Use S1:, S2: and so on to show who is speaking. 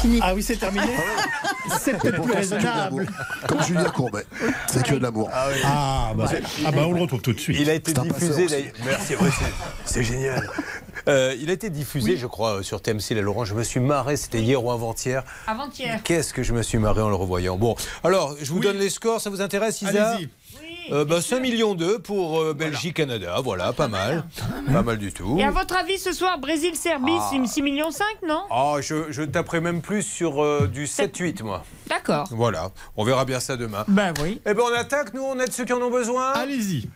S1: fini.
S2: Ah oui, c'est terminé C'est peut-être plus
S3: Pourtant, c'est que de l'amour.
S2: raisonnable.
S3: Comme Julien Courbet. C'est que de l'amour.
S2: Ah bah, ah bah, on le retrouve tout de suite.
S4: Il a été
S3: C'est un
S4: diffusé.
S3: passeur
S4: d'ailleurs- Merci, c'est vrai, c'est- c'est génial. Euh, il a été diffusé, je crois, euh, sur TMC, la Laurent. Je me suis marré, c'était hier ou avant-hier.
S5: Avant-hier.
S4: Qu'est-ce que je me suis marré en le revoyant. Bon, alors, je vous donne les scores, ça vous intéresse, Isa
S2: Allez-y.
S4: Euh, bah, 5 millions d'eux pour euh, Belgique-Canada, voilà, pas mal. Pas mal du tout.
S5: Et à votre avis, ce soir, Brésil-Serbie,
S4: Ah.
S5: c'est 6 millions 5, non
S4: Oh, je, je taperai même plus sur euh, du 7-8, moi.
S5: D'accord.
S4: Voilà, on verra bien ça demain.
S5: Ben oui.
S4: Eh ben on attaque, nous, on aide ceux qui en ont besoin.
S2: Allez-y.